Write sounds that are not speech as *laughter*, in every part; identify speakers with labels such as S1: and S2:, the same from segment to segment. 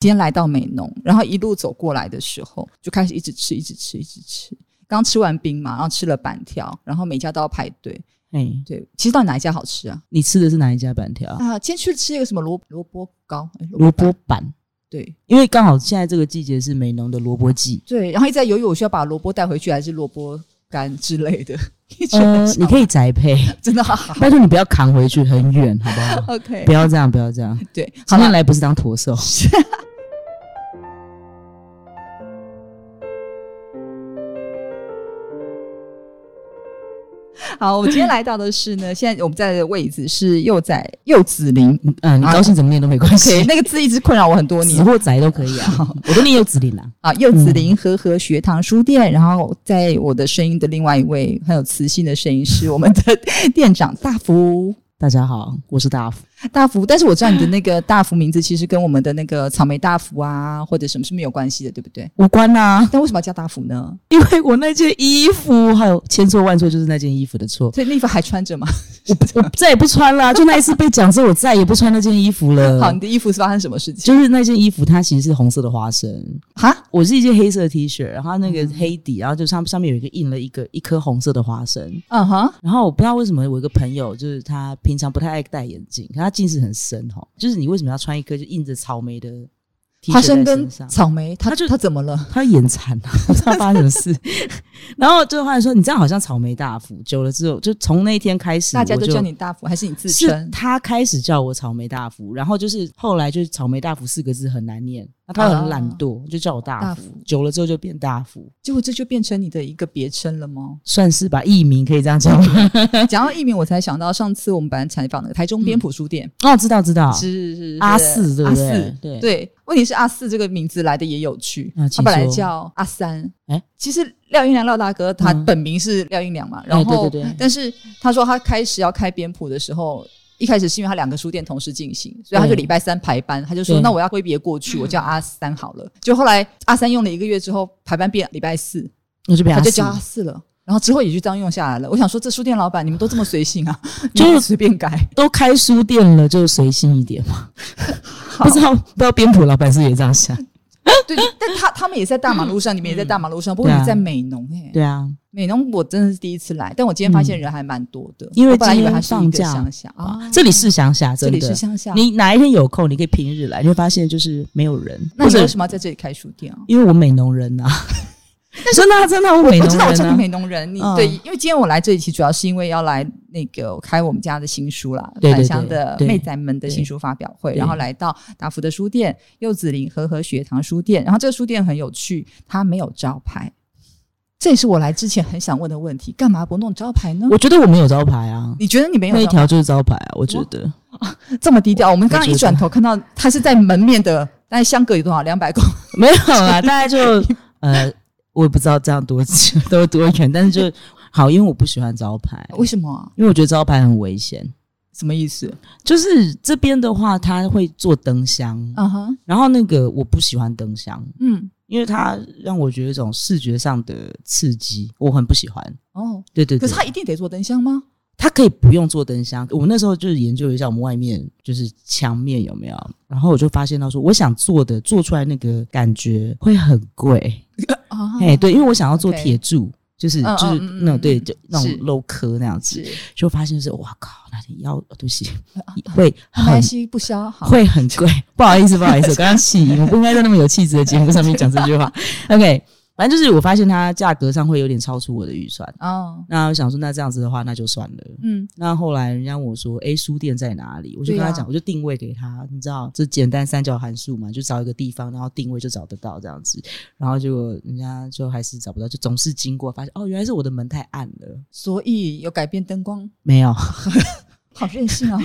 S1: 今天来到美浓，然后一路走过来的时候，就开始一直吃，一直吃，一直吃。刚吃完冰嘛，然后吃了板条，然后每家都要排队。
S2: 哎、
S1: 对，其实到底哪一家好吃啊？
S2: 你吃的是哪一家板条？
S1: 啊，今天去吃一个什么萝萝卜糕，哎
S2: 萝
S1: 糕
S2: 卜板，
S1: 对
S2: 因为刚好现在这个季节是美浓的萝卜季。
S1: 对，然后一直在犹豫，我需要把萝卜带回去还是萝卜干之类的，一直
S2: 呃
S1: 很， *laughs* 想
S2: 你可以宅配，
S1: 真的好好
S2: 拜托你不要扛回去，很远，好
S1: *laughs*
S2: 不好？
S1: OK，
S2: 不要这样，不要这样。
S1: 对，哎好
S2: 今
S1: 了
S2: 天，来不是当驼兽，
S1: 好，我们今天来到的是呢，现在我们在的位置是幼崽幼子
S2: *laughs*
S1: 林
S2: 嗯、你
S1: 啊
S2: 高兴怎么念都没
S1: *laughs*
S2: 关系
S1: ，OK，，那个字一直困扰我很多
S2: 子
S1: 年
S2: 或宅都可以啊。我都念柚子林啦，
S1: 啊。幼
S2: 嗯
S1: 子林和和学堂书店，然后在我的声音的另外一位很有磁性的声音是我们的店长大福。 *laughs*
S2: 大家好，我是大福。
S1: 大福，但是我知道你的那个大福名字其实跟我们的那个草莓大福啊，或者什么是没有关系的，对不对？
S2: 无关啦、
S1: 但为什么要叫大福呢？
S2: 因为我那件衣服，还有千错万错就是那件衣服的
S1: *laughs*
S2: 错，
S1: 所以那衣服还穿着吗？
S2: 我再也不穿啦。就那一次被讲之后，我再也不穿那件衣
S1: *laughs*
S2: 服
S1: 好，
S2: 了
S1: 你。的衣服是发生什么事情？
S2: 就是那件衣服，它其实是红色的花生，
S1: 哈，
S2: 我是一件黑色的 T 恤，然后它那个
S1: 嗯
S2: 黑底，然后就上上面有一个印了一个一颗红色的花生。
S1: 嗯哼，
S2: 然后我不知道为什么，我有一个朋友就是他平常不太爱戴眼镜，可他近视很深哈。就是你为什么要穿一颗就印着草莓的 T
S1: 花
S2: 恤在
S1: 生
S2: 身
S1: 跟
S2: 上？
S1: 草莓，他
S2: 他就
S1: 他怎么了？
S2: 他眼馋啊， *laughs* 我不知道发生什么事。然后就后来说，你这样好像草莓大福。久了之后，就从那一天开始，
S1: 大家
S2: 我
S1: 都
S2: 就
S1: 叫你大福，还是你自
S2: 是
S1: 称？
S2: 他开始叫我草莓大福，然后就是后来就是草莓大福四个字很难念，那他很懒惰，就叫我大
S1: 哦
S2: 福。
S1: 大福
S2: 久了之后就变大福，？
S1: 结果这就变成你的一个别称了吗
S2: 算是吧，艺名可以这样讲
S1: *laughs*
S2: 吗？
S1: 讲到艺名，我才想到上次我们本来采访那个台中边谱书店，
S2: 哦，知道知道，
S1: 是是是
S2: 阿四对
S1: 阿
S2: 不对
S1: 四？
S2: 对
S1: 对，问题是阿四这个名字来的也有趣
S2: 啊，
S1: 他
S2: 请
S1: 本来
S2: 说
S1: 叫阿三。
S2: 哎
S1: 其实廖英良廖大哥他
S2: 嗯哎
S1: 本名是廖英良嘛，然后
S2: 对对对
S1: 但是他说他开始要开编谱的时候。一开始是因为他两个书店同时进行，所以他就
S2: 对
S1: 礼拜三排班，他就说
S2: 对
S1: 那我要挥别过去，我叫阿三好了。就后来阿三用了一个月之后，排班变礼拜四，
S2: 我就变
S1: 他
S2: 阿
S1: 就
S2: 四
S1: 叫。阿四了。然后之后也就这样用下来了。我想说，这书店老板你们都这么随性啊，
S2: 就是
S1: 你们随便改。
S2: 都开书店了，就随性一点嘛。
S1: *laughs* 好
S2: 不知道不知道编谱老板是不是也这样想？
S1: 对，但他他们也在大马路上，你们也在大马路上，不过
S2: 对啊
S1: 你在美浓哎、
S2: 对啊，
S1: 美浓我真的是第一次来，但我今天发现人还蛮多的，
S2: 因为
S1: 我本来以为
S2: 今天
S1: 还是一
S2: 放
S1: 个
S2: 假
S1: 乡下啊，
S2: 哦这里是乡下，
S1: 这
S2: 真
S1: 里是
S2: 的。
S1: 乡下。
S2: 你哪一天有空，你可以平日来，你会发现就是没有人，
S1: 那
S2: 或
S1: 你
S2: 者
S1: 为什么要在这里开书店啊？
S2: 因为我美浓
S1: *laughs*
S2: 人呐、真的啊、真的啊、我美
S1: 我
S2: 浓
S1: 知道，我知
S2: 人
S1: 道你
S2: 啊。
S1: 美浓人，你
S2: 嗯
S1: 对，因为今天我来这里其实主要是因为要来那个开我们家的新书啦，
S2: 对对
S1: 返乡的
S2: 对对
S1: 妹仔们的新书发表会，
S2: 对
S1: 然后来到达福的书店、柚子林和和学堂书店，然后这个书店很有趣，它没有招牌，这也是我来之前很想问的问题，干嘛不弄招牌呢？
S2: 我觉得我没有招牌啊，
S1: 你觉得你没有
S2: 那一
S1: 招
S2: 条就是招牌啊，我觉得。
S1: 这么低调？我们
S2: 我
S1: 刚刚一
S2: 觉得
S1: 转头看到它是在门面的，但相隔有多少？两百公
S2: 没有啊，大概就呃，我也不知道这样多久 *laughs* 多多远，但是就好，因为我不喜欢招牌，
S1: 为什么啊？
S2: *laughs* 因为我觉得招牌很危险。
S1: 什么意思？
S2: 就是这边的话，他会做灯箱，
S1: 嗯哼，
S2: 然后那个我不喜欢灯箱，
S1: 嗯，
S2: 因为它让我觉得一种视觉上的刺激，我很不喜欢。
S1: 哦，
S2: 对对
S1: 可
S2: 对，
S1: 是它一定得做灯箱
S2: *laughs*
S1: 吗？
S2: 它可以不用做灯箱。我那时候就是研究一下我们外面就是墙面有没有，然后我就发现到说，我想做的做出来那个感觉会很贵。
S1: 啊，
S2: 哎、对，因为我想要做
S1: OK
S2: 铁柱。就是
S1: 嗯嗯
S2: 就是
S1: 嗯嗯
S2: 那种对，
S1: 嗯
S2: 就那
S1: 是
S2: 种镂刻那样子，
S1: 是。
S2: 就发现是哇靠，那你要哦对不
S1: *laughs*
S2: 起，会
S1: 没关
S2: 很
S1: 系，不消好。
S2: 会很贵。 *laughs* 不好意思，不好意思，我刚刚气音，我不应该在那么有气质的节目上面讲这
S1: *laughs*
S2: 句话。OK，反正就是我发现它价格上会有点超出我的预算。
S1: 哦，
S2: 那我想说，那这样子的话，那就算了。
S1: 嗯，
S2: 那后来人家问我说：“诶，书店在哪里？”我就
S1: 对
S2: 跟他
S1: 啊
S2: 讲，我就定位给他，你知道，这简单三角函数嘛，就找一个地方，然后定位就找得到这样子。然后结果人家就还是找不到，就总是经过，发现哦，原来是我的门太暗了。
S1: 所以有改变灯光，
S2: 没有，
S1: 好任性
S2: *laughs*
S1: 啊！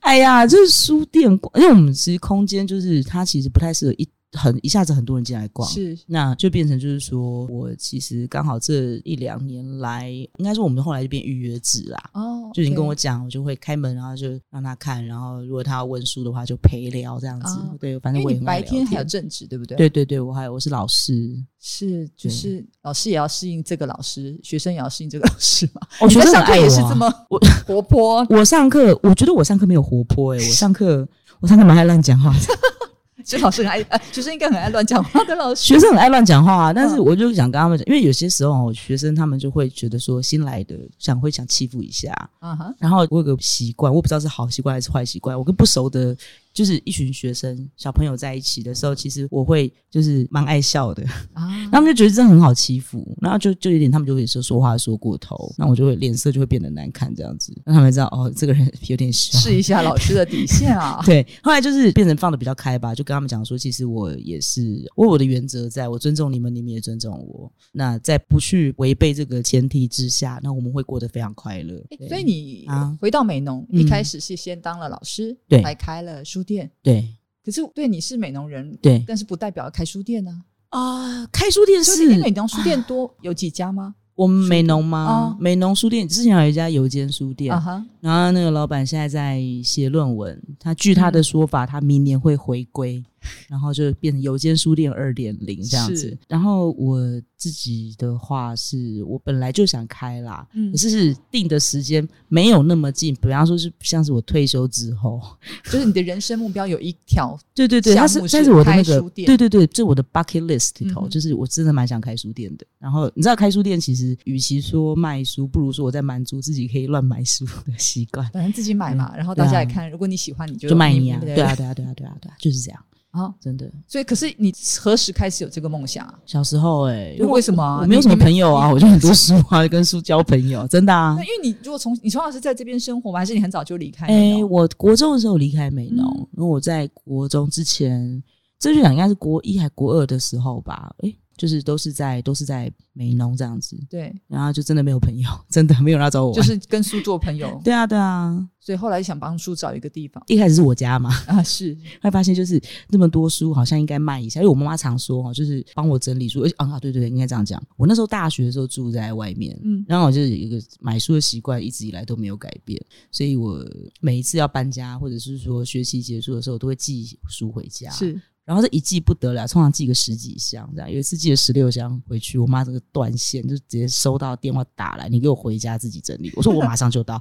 S2: 哎呀，就是书店，因为我们其实空间就是它其实不太适合一很一下子很多人进来逛，
S1: 是
S2: 那就变成就是说我其实刚好这一两年来，应该说我们后来就变预约制啦。
S1: 哦，
S2: 就已经跟
S1: OK
S2: 我讲，我就会开门，然后就让他看，然后如果他要问书的话，就陪聊这样子。
S1: 哦
S2: 对，反正
S1: 因
S2: 我
S1: 为
S2: 也
S1: 你
S2: 很爱
S1: 白
S2: 聊
S1: 天还有
S2: 天
S1: 正职，对不对？，
S2: 对对对，我还有我是老师，
S1: 是就
S2: 对
S1: 是老师也要适应这个老师，学生也要适应这个老师嘛。
S2: 我
S1: 你
S2: 学
S1: 在
S2: 生很
S1: 上课
S2: 爱
S1: 也
S2: 我
S1: 是
S2: 啊
S1: 这么
S2: 我 *laughs*
S1: 活泼，
S2: 哎我上课，我觉得我上课没有活泼诶、我上课我上课蛮爱乱讲话的，
S1: 学老师很爱，呃，学生应该很爱乱讲话的老师。
S2: 学生很爱乱讲话啊，但是我就想跟他们讲，因为有些时候哦学生他们就会觉得说新来的想会想欺负一下，
S1: 啊哈，
S2: 然后我有个习惯，我不知道是好习惯还是坏习惯。我跟不熟的，就是一群学生小朋友在一起的时候，其实我会就是蛮爱笑的，
S1: 啊，
S2: 他们就觉得这很好欺负，然后就就有点他们就会说说话说过头，那我就会脸色就会变得难看这样子，让他们知道哦，这个人有点凶。。
S1: 试一下老师的底线啊
S2: *laughs* 对，后来就是变成放的比较开吧，就跟他们讲说，其实我也是我有我的原则在，我尊重你们，你们也尊重我。那在不去违背这个前提之下，那我们会过得非常快乐。
S1: 诶
S2: 对
S1: 所以你
S2: 啊
S1: 回到美农，
S2: 嗯
S1: 一开始是先当了老师，
S2: 对
S1: 还开了书店。
S2: 对
S1: 可是对你是美农人，
S2: 对
S1: 但是不代表开书店啊。
S2: 啊、开书店
S1: 就是
S2: 是
S1: 美农书店多有几家吗？
S2: 我们美农吗？
S1: 哦
S2: 美农书店哦之前有一家邮间书店，
S1: 啊哈，
S2: 然后那个老板现在在写论文，他据他的说法，他明年会回归，然后就变成邮间书店二点零这样子
S1: 是。
S2: 然后我自己的话是，我本来就想开啦。
S1: 嗯
S2: 可，是是定的时间没有那么近，比方说是像是我退休之后， *laughs*
S1: 就是你的人生目标有一条，
S2: 对对对，
S1: 项
S2: 它
S1: 目
S2: 是
S1: 是
S2: 但是我的那
S1: 开
S2: 个
S1: 书，店
S2: 对对对，这我的 bucket list 里
S1: 嗯
S2: 头，
S1: 哼
S2: 就是我真的蛮想开书店的。然后你知道，开书店其实与其说卖书，不如说我在满足自己可以乱买书的习惯，
S1: 反正自己买嘛，然后大家也看，如果你喜欢，你就
S2: 嗯啊就卖
S1: 你
S2: 你啊，
S1: *laughs*
S2: 对啊，。对啊，对啊，对啊，对啊，就是这样，
S1: 啊，
S2: 真的。
S1: 所以可是你何时开始有这个梦想啊？
S2: 小时候哎、因
S1: 为什么啊
S2: 我没有
S1: 你
S2: 什么
S1: 你没
S2: 朋友啊，我就很多书啊，跟书交朋友，真的啊
S1: 那。因为你如果从你从小是在这边生活吗？还是你很早就离开美
S2: 哎、
S1: 农？
S2: 我国中的时候离开美农，
S1: 嗯
S2: 因为我在国中之前，这就想应该是国一还国二的时候吧，哎、就是都是在都是在美农这样子，
S1: 对，
S2: 然后就真的没有朋友， *laughs* 真的没有人要找我玩。
S1: 就是跟书做朋友，
S2: 对啊，对啊，
S1: 所以后来想帮书找一个地方 *laughs*
S2: 一开始是我家嘛，
S1: 啊，是
S2: 后来发现就是那么多书，好像应该卖一下，因为我妈妈常说哈，就是帮我整理书，而且啊，对对对，应该这样讲。我那时候大学的时候住在外面，
S1: 嗯
S2: 嗯，然后我就是有一个买书的习惯，一直以来都没有改变，所以我每一次要搬家或者是说学期结束的时候，我都会寄书回家，
S1: 是，
S2: 然后这一寄不得了，通常寄个十几箱这样，有一次寄了十六箱回去，我妈这个断线，就直接收到电话打来，你给我回家自己整理。我说我马上就到，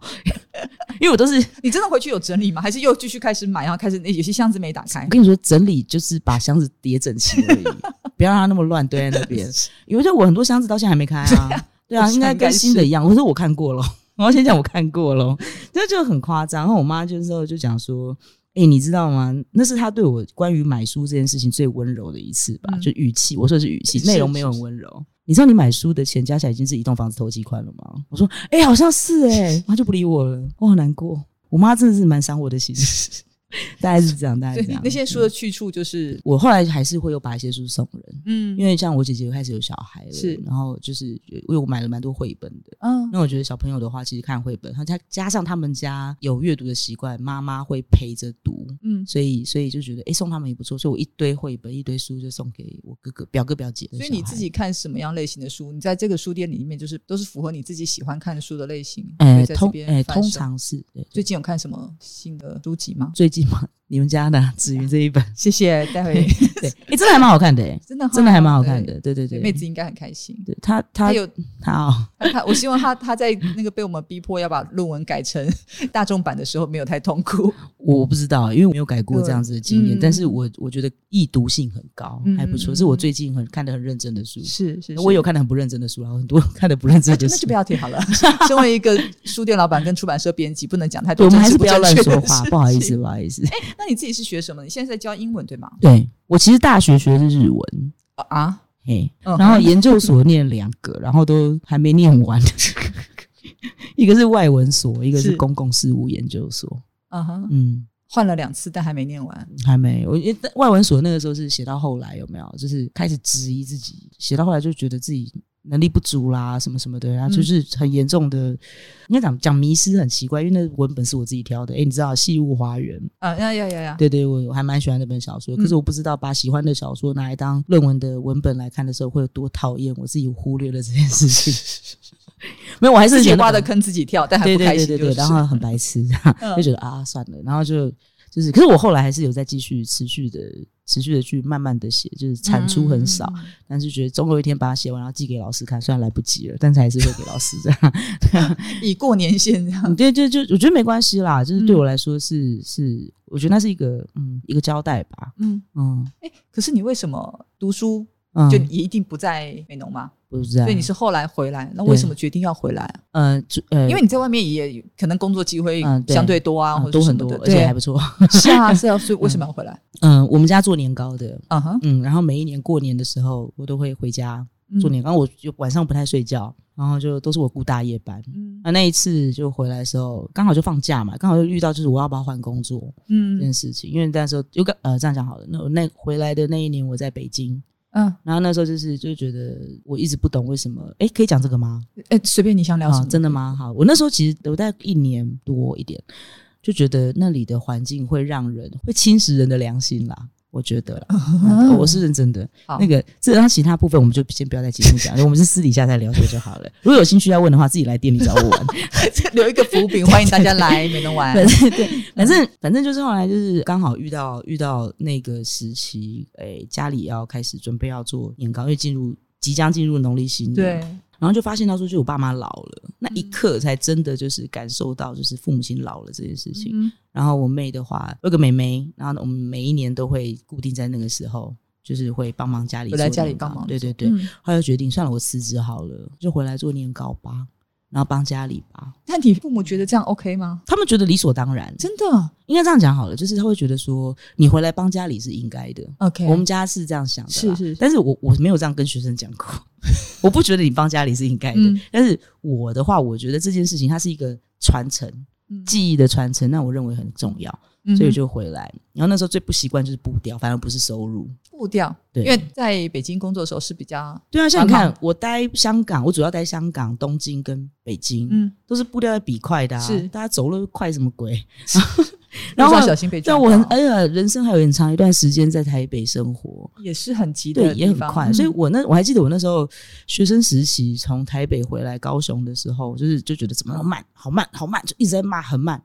S2: *laughs* 因为我都是
S1: 你真的回去有整理吗？还是又继续开始买，然后开始那有些箱子没打开
S2: 我？跟你说，整理就是把箱子叠整齐而已，不要让它那么乱堆在
S1: *laughs*
S2: 那边。因为就我很多箱子到现在还没开啊，对
S1: 我
S2: 啊，
S1: 想
S2: 应该
S1: 应该
S2: 跟
S1: 是
S2: 新的一样。我说我看过了，我要先讲我看过了，这就很夸张。然后我妈就时候就讲说。哎、你知道吗？那是她对我关于买书这件事情最温柔的一次吧，
S1: 嗯
S2: 就语气。我说的是语气，
S1: 是
S2: 内容没有很温柔。你知道你买书的钱加起来已经是一栋房子头期款了吗？我说，哎、好像是哎、欸，妈就不理我了，我好难过。我妈真的是蛮伤我的心，
S1: *laughs*
S2: 大概是这样，大概
S1: 对
S2: 是这样。，
S1: 那些书的去处就是，
S2: 我后来还是会有把一些书送人，
S1: 嗯，
S2: 因为像我姐姐开始有小孩了，
S1: 是
S2: 然后就是因为我买了蛮多绘本的。
S1: 嗯
S2: 那我觉得小朋友的话，其实看绘本，他加加上他们家有阅读的习惯，妈妈会陪着读，
S1: 嗯，
S2: 所以所以就觉得诶送他们也不错，所以我一堆绘本，一堆书就送给我哥哥、表哥、表姐的小
S1: 所
S2: 孩。
S1: 以你自己看什么样类型的书？你在这个书店里面就是都是符合你自己喜欢看的书的类型。所
S2: 诶
S1: 以在这
S2: 哎通
S1: 边
S2: 诶
S1: 贩售
S2: 通常是对
S1: 最近有看什么新的书籍吗？
S2: 最近嘛，你们家的《
S1: *laughs*
S2: 紫云》这一本，
S1: 谢谢，待会
S2: 对，诶真的还蛮好看的、诶
S1: 真的哈
S2: *laughs* 真的还蛮好看
S1: 对
S2: 的，对对
S1: *laughs* 对
S2: 对，
S1: 妹子应该很开心。
S2: 对他他
S1: 她有
S2: 他哦，
S1: 她她，我希望她她在那个被我们逼迫要把论文改成 *laughs* 大众版的时候，没有太痛苦。
S2: 我我不知道，因为我没有改过这样子的经验，
S1: 嗯
S2: 但是我我觉得易读性很高，
S1: 嗯
S2: 还不错，
S1: 嗯
S2: 是我最近很看的很认真的书。
S1: *laughs* 是是啊
S2: 我有看的很不认真的书啦，然后很多看的不认真的
S1: 那就
S2: 书
S1: 不。要提好了。 *laughs* 身为一个书店老板跟出版社编辑，不能讲太
S2: 对，
S1: 多
S2: 我
S1: 政
S2: 们
S1: 治
S2: 还是
S1: 正
S2: 不
S1: 确
S2: 要
S1: 的事
S2: 乱
S1: 情。哎
S2: 说话，不好意思，不好意思。
S1: 那你自己是学什么？你现在在教英文对吗？
S2: 对我其实大学学的是日文，
S1: 啊，
S2: 嘿，
S1: 嗯
S2: 然后研究所念两个，然后都还没念完。 *laughs* 一个是外文所，一个是
S1: 是
S2: 公共事务研究所。
S1: 啊哈，
S2: 嗯，
S1: 换了两次，但还没念完。
S2: 还没，我因为外文所那个时候是写到后来有没有，就是开始质疑自己，写到后来就觉得自己能力不足啦，什么什么的，然后就是很严重的，应该讲讲迷失很奇怪，因为那文本是我自己挑的，诶，你知道《细雾花园》
S1: 啊呀呀呀呀！
S2: 对对，我我还蛮喜欢那本小说，可是我不知道把喜欢的小说拿来当论文的文本来看的时候会有多讨厌，我自己忽略了这件事情。 *laughs* 没有，我还是
S1: 自己
S2: 觉得
S1: 挖的坑自己跳，但还
S2: 对
S1: 不
S2: 对
S1: 开
S2: 对
S1: 心、
S2: 对
S1: 就是。嗯
S2: 对，然后
S1: *laughs*
S2: 很白痴，就觉得啊算了，然后就就是，可是我后来还是有在继续持续的持续的去慢慢的写，就是产出很少，
S1: 嗯
S2: 但是觉得总有一天把它写完，然后寄给老师看，虽然来不及了，但是还是会给老师这样。
S1: 嗯以过年限这样。
S2: 对，就就我觉得没关系啦，就是对我来说是、是，我觉得那是一个嗯一个交代吧，
S1: 嗯，
S2: 嗯
S1: 哎、可是你为什么读书
S2: 嗯，
S1: 就也一定不在美农吗？
S2: 不是这样，
S1: 所以你是后来回来，那为什么决定要回来啊？
S2: 呃就呃，
S1: 因为你在外面也可能工作机会
S2: 嗯对
S1: 相对多啊，
S2: 嗯
S1: 或者
S2: 多
S1: 是
S2: 很
S1: 什
S2: 多
S1: 么，的
S2: 而且还
S1: 对，
S2: 不错。 *laughs*
S1: 是啊是啊，所以为什么要回来？
S2: 嗯，我们家做年糕的，
S1: 嗯哼，
S2: 嗯，然后每一年过年的时候，我都会回家
S1: 嗯
S2: 做年糕，我就晚上不太睡觉，然后就都是我顾大夜班。
S1: 嗯
S2: 啊，那一次就回来的时候，刚好就放假嘛，刚好就遇到就是我要不要换工作这
S1: 嗯
S2: 件事情，因为那时候就跟呃这样讲好了，那我那回来的那一年我在北京，
S1: 嗯，
S2: 然后那时候就是就觉得我一直不懂为什么，哎，可以讲这个吗？
S1: 哎，随便你想聊什
S2: 啊，
S1: 么，
S2: 真的？吗？好，我那时候其实我大概一年多一点，就觉得那里的环境会让人会侵蚀人的良心啦。我觉得啦，嗯我是认真的。
S1: *laughs* 好
S2: 那个，这当然其他部分我们就先不要在节目讲，我们是私底下再聊这个就好了。如果有兴趣要问的话，自己来店里找我玩。
S1: *laughs* 留一个伏
S2: *laughs*
S1: 笔，欢迎大家来美农玩。嗯
S2: 反正对，反正反正就是后来就是刚好遇到遇到那个时期，诶、家里要开始准备要做年糕，因为进入即将进入农历新年，
S1: 对，
S2: 然后就发现到说，就我爸妈老了，那一刻才真的就是感受到，就是父母亲老了这件事情。
S1: 嗯
S2: 然后我妹的话，有个妹妹，然后我们每一年都会固定在那个时候，就是会帮忙家里
S1: 回来
S2: 做
S1: 家里
S2: 年糕
S1: 帮忙
S2: 对对对，
S1: 嗯，
S2: 后来就决定算了，我辞职好了，就回来做年糕吧，然后帮家里吧。
S1: 那你父母觉得这样 OK 吗？
S2: 他们觉得理所当然，
S1: 真的
S2: 应该这样讲好了，就是他会觉得说，你回来帮家里是应该的。
S1: OK，
S2: 我们家是这样想的
S1: 是
S2: 啦，
S1: 是是
S2: 但是我我没有这样跟学生讲过， *laughs* 我不觉得你帮家里是应该的。
S1: 嗯
S2: 但是我的话，我觉得这件事情它是一个传承，记忆的传承，那我认为很重要，
S1: 嗯
S2: 所以我就回来。然后那时候最不习惯就是步调，反而不是收入。
S1: 步调，
S2: 对
S1: 因为在北京工作的时候是比较
S2: 对啊，像
S1: 蛮
S2: 你看
S1: 忙，
S2: 我待香港，我主要待香港、东京跟北京，
S1: 嗯，
S2: 都是步调在比快的、啊，
S1: 是
S2: 大家走路快什么
S1: *laughs*
S2: 鬼？
S1: 然
S2: 然
S1: 后
S2: 后
S1: 小心被
S2: 但
S1: 撞到。
S2: 我很哎呀，人生还有很长一段时间在台北生活，
S1: 也是很急的地
S2: 对，
S1: 方，
S2: 也很快。
S1: 嗯
S2: 所以我那我还记得我那时候学生实习从台北回来高雄的时候，就是就觉得怎么那么慢，好慢，好慢，就一直在骂，很慢。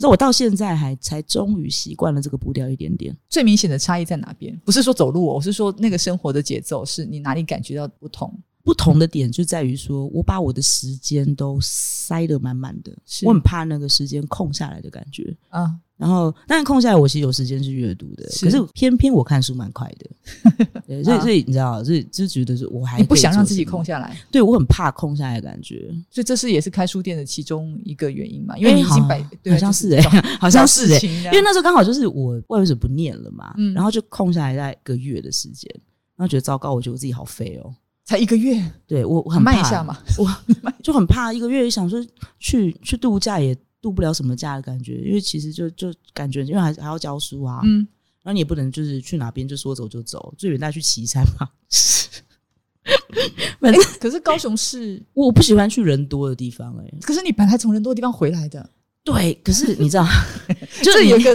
S2: 那我到现在还才终于习惯了这个步调一点点。
S1: 最明显的差异在哪边？不是说走路哦，我是说那个生活的节奏，是你哪里感觉到不同？
S2: 不同的点就在于说，我把我的时间都塞得满满的，
S1: 是
S2: 我很怕那个时间空下来的感觉。
S1: 啊，
S2: 然后，当然空下来，我其实有时间去阅读的，
S1: 是
S2: 可是偏偏我看书蛮快的，
S1: *laughs*
S2: 对，所以
S1: 啊
S2: 所以你知道，所以就觉得是我还
S1: 你不
S2: 可以
S1: 想让
S2: 做
S1: 自己
S2: 什么
S1: 空下来，
S2: 对我很怕空下来的感觉，
S1: 所以这是也是开书店的其中一个原因嘛，因为你已经摆
S2: 哎，
S1: 对啊，
S2: 好像
S1: 就是
S2: 哎、
S1: 找
S2: *laughs* 好像是
S1: 找
S2: 哎、
S1: 事情这啊
S2: 因
S1: 样
S2: 为那时候刚好就是我外文所不念了嘛，
S1: 嗯
S2: 然后就空下来大概一个月的时间，然后觉得糟糕，我觉得我自己好废哦、
S1: 才一个月，
S2: 对我我很怕
S1: 慢一下，嘛，
S2: 就很怕一个月，想说去去度假也度不了什么假的感觉，因为其实就就感觉因为还还要教书啊，
S1: 嗯，
S2: 然后你也不能就是去哪边就说走就走，最远大概去岐山嘛。反
S1: 哎
S2: 正、
S1: 可是高雄市，
S2: 我不喜欢去人多的地方、
S1: *laughs*
S2: 欸，哎，
S1: 可是你本来从人多的地方回来
S2: *laughs*
S1: 的，
S2: 对，可是你知
S1: *laughs*
S2: 道，就
S1: 这
S2: 你
S1: 有一个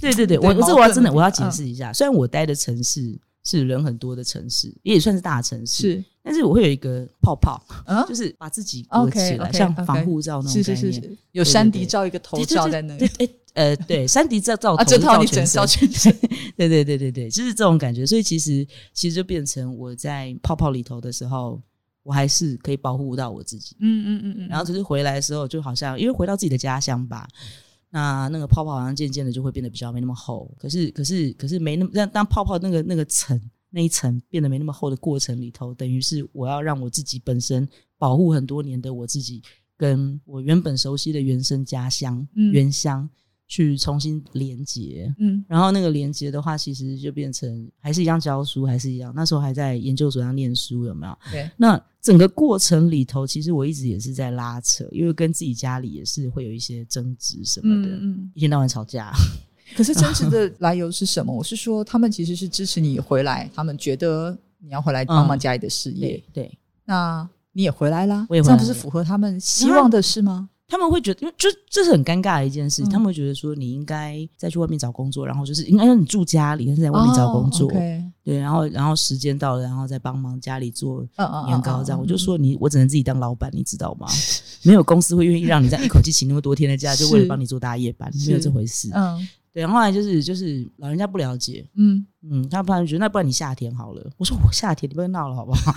S2: 对对对，
S1: 对
S2: 我
S1: 矛
S2: 这我要
S1: 盾
S2: 真的我要解
S1: 嗯
S2: 释一下，虽然我待的城市是人很多的城市，也算是大城市， *laughs*
S1: 是
S2: 但是我会有一个泡
S1: *laughs*
S2: 泡，
S1: 啊
S2: 就，是把自己隔起来，
S1: OK，OK，
S2: 像
S1: OK
S2: 防护罩那种
S1: 是
S2: 概
S1: 是
S2: 念。
S1: 是是，有
S2: 对
S1: 山
S2: 对
S1: 迪罩一个头
S2: 对对
S1: 罩
S2: 对
S1: 在那
S2: 对
S1: 里，，
S2: 哎呃，对，山迪罩
S1: *laughs*
S2: 罩
S1: 啊，
S2: 头，
S1: 这套你整
S2: 全
S1: 罩
S2: 身，
S1: 全
S2: *laughs*
S1: 身，
S2: 对对对对对，就是这种感觉。所以其实其实就变成我在泡泡里头的时候，我还是可以保护到我自己。
S1: 嗯嗯嗯嗯，
S2: 然后只是回来的时候，就好像因为回到自己的家乡吧，那那个泡泡好像渐渐的就会变得比较没那么厚。可是可是可是没那么让当泡泡那个那个层那一层变得没那么厚的过程里头，等于是我要让我自己本身保护很多年的我自己，跟我原本熟悉的原生家乡、
S1: 嗯
S2: 原乡去重新连接。
S1: 嗯
S2: 然后那个连接的话，其实就变成还是一样教书，还是一样。那时候还在研究所上念书，有没有？
S1: 对，
S2: 那整个过程里头，其实我一直也是在拉扯，因为跟自己家里也是会有一些争执什么
S1: 嗯
S2: 的，
S1: 嗯。
S2: 一天到晚吵架。
S1: 可是真实的来由是什么？我是说，他们其实是支持你回来，他们觉得你要回来帮忙家里的事业。
S2: 对，
S1: 那你也回来啦，
S2: 我也
S1: 这
S2: 回来
S1: 样
S2: 了
S1: 不是符合他们希望的事吗？
S2: 他们会觉得，因为就这是很尴尬的一件事，
S1: 嗯
S2: 他们会觉得说你应该再去外面找工作，然后就是应该让你住家里，但是在外面找工作，
S1: 哦，OK
S2: 对，然后然后时间到了，然后再帮忙家里做。
S1: 嗯嗯，
S2: 年糕这样，
S1: 嗯
S2: 我就，说你，我只能自己当老板，你知道吗？没有公司会愿意让你这样一口气请那么多天的假，就为
S1: 是
S2: 了帮你做大夜班，没有这回事。
S1: 嗯嗯，
S2: 对，然后后来就是就是老人家不了解， *laughs*
S1: 嗯，
S2: 嗯，他不然就觉得那不然你夏天好了，我说我夏天你不要闹了好不 *laughs* 好？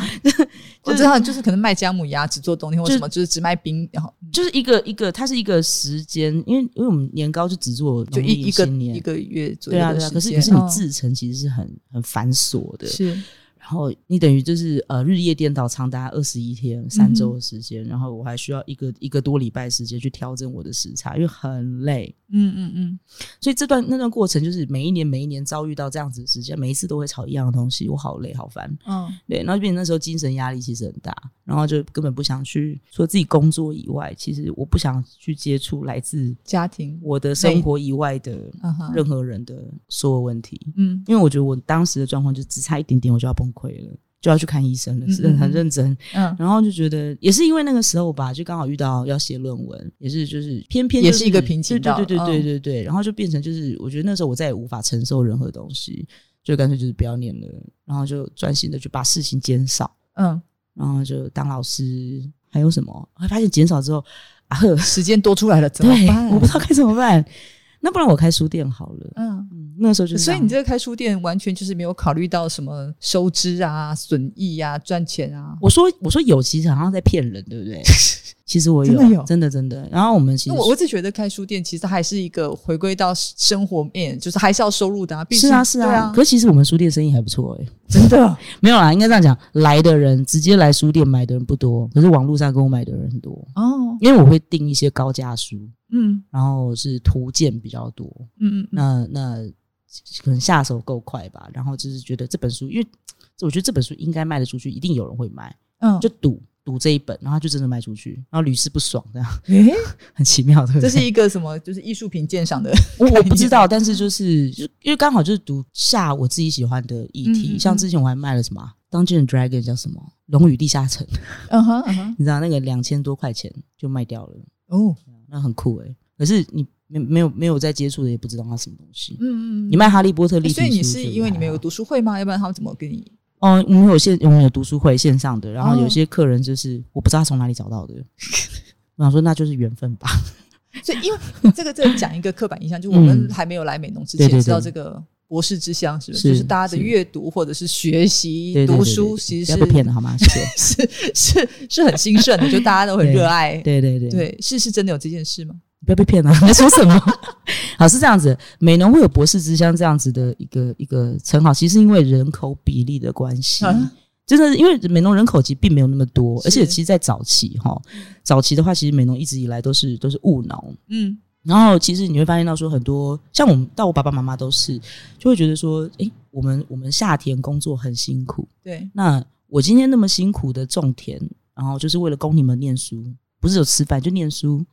S1: 我知道，就是可能卖姜母鸭只做冬天，或什么就是只卖冰，然后
S2: 就是一个一个，它是一个时间，因为因为我们年糕就只做
S1: 就
S2: 农
S1: 一
S2: 历
S1: 一个
S2: 新
S1: 一
S2: 年，
S1: 个月左
S2: 对
S1: 右
S2: 啊
S1: 的
S2: 对啊，可
S1: 时
S2: 是
S1: 间。
S2: 可是你
S1: 嗯
S2: 制成其实是很很繁琐的，
S1: 是
S2: 然后你等于就是呃日夜颠倒，长达二十一天
S1: 嗯
S2: 三周的时间，然后我还需要一个一个多礼拜时间去调整我的时差，因为很累，
S1: 嗯嗯嗯，
S2: 所以这段那段过程就是每一年每一年遭遇到这样子的时间，每一次都会吵一样的东西，我好累好烦，
S1: 嗯
S2: 对，然后就变成那时候精神压力其实很大，然后就根本不想去除了自己工作以外，其实我不想去接触来自
S1: 家庭，
S2: 我的生活以外的
S1: 嗯哼，
S2: 任何人的所有问题，
S1: 嗯
S2: 因为我觉得我当时的状况就只差一点点我就要崩溃了，就要去看医生了，
S1: 嗯
S2: 是很
S1: 嗯
S2: 很认真。
S1: 嗯，
S2: 然后就觉得也是因为那个时候吧，就刚好遇到要写论文，也是就是偏偏、就
S1: 也是一个瓶颈
S2: 对
S1: 到
S2: 对对对
S1: 嗯
S2: 对对。然后就变成就是，我觉得那时候我再也无法承受任何东西，就干脆就是不要念了，然后就专心的去把事情减少，
S1: 嗯，
S2: 然后就当老师，还有什么？会发现减少之后啊呵，
S1: 时间多出来 *laughs* 了怎么
S2: 对
S1: 办？，
S2: 我不知道该怎么办。那不然我开书店好了。
S1: 嗯。
S2: 嗯，那时候就是这
S1: 所以
S2: 样，
S1: 你这个开书店完全就是没有考虑到什么收支啊、损益啊、赚钱啊。
S2: 我说我说有，其实好像在骗人，对
S1: *laughs*
S2: 不对？其实我有，
S1: 真的有
S2: 真的真的然后我们其
S1: 那
S2: 实
S1: 我我只觉得开书店其实还是一个回归到生活面，就是还是要收入的啊。毕竟
S2: 是啊是
S1: 对
S2: 可是其实我们书店生意还不错哎、
S1: 真的。
S2: 没有啦，应该这样讲，来的人直接来书店买的人不多，可是网络上跟我买的人很多，
S1: 哦，
S2: 因为我会订一些高价书，
S1: 嗯
S2: 然后是图鉴比较多，
S1: 嗯嗯嗯，
S2: 那那可能下手够快吧，然后就是觉得这本书，因为我觉得这本书应该卖得出去，一定有人会买，
S1: 嗯，
S2: *laughs* 就赌赌这一本，然后就真的卖出去，然后屡试不爽，这样
S1: 诶，
S2: 很奇妙，对不对？
S1: *laughs* 这是一个什么？就是艺术品鉴赏的，
S2: 我我不知道，但是就是就因为刚好就是读下我自己喜欢的议题，
S1: 嗯嗯嗯
S2: 像之前我还卖了什么《Dungeon and Dragon》叫什么《龙与地下城》， *laughs*
S1: 嗯哼嗯哼，
S2: 你知道那个两千多块钱就卖掉了，
S1: 哦，
S2: 那很酷诶、可是你没没有没有在接触的，也不知道它什么东西。
S1: 嗯嗯
S2: 你卖《哈利波特》
S1: 嗯，
S2: 立体书
S1: 所以
S2: 就还好，
S1: 你是因为你们有读书会吗？要不然他们怎么跟你？
S2: 哦，我们有线我们有读书会线上的，然后
S1: 哦
S2: 有些客人就是我不知道他从哪里找到的， *laughs* 我想说那就是缘分吧。
S1: 所以因为 *laughs* 这个这个讲一个刻板印象，就我们还没有来美农之
S2: 嗯对对
S1: 前
S2: 对
S1: 知道这个。博士之乡是不
S2: 是
S1: 是？就是大家的
S2: 是
S1: 阅读或者是学习、
S2: 对对对
S1: 读
S2: 对
S1: 书，
S2: 对
S1: 其
S2: 不
S1: 实
S2: 要
S1: 是
S2: 被骗了好吗？谢
S1: *laughs*
S2: 谢。
S1: 是是是很兴盛的，就大家都很热爱。
S2: 对对对
S1: 对，是是真的有这件事吗？
S2: 不要被骗了， *laughs* 你在说什么？好，是这样子，美农会有博士之乡这样子的一个一个称号，其实是因为人口比例的关系。
S1: 啊
S2: 真的，因为美农人口其实并没有那么多，
S1: 是
S2: 而且其实，在早期哈，早期的话，其实美农一直以来都是都是务农，
S1: 嗯，
S2: 然后其实你会发现到说，很多像我们到我爸爸妈妈都是，就会觉得说，诶、我们我们夏天工作很辛苦，
S1: 对，
S2: 那我今天那么辛苦的种田，然后就是为了供你们念书，不是有吃饭就念书。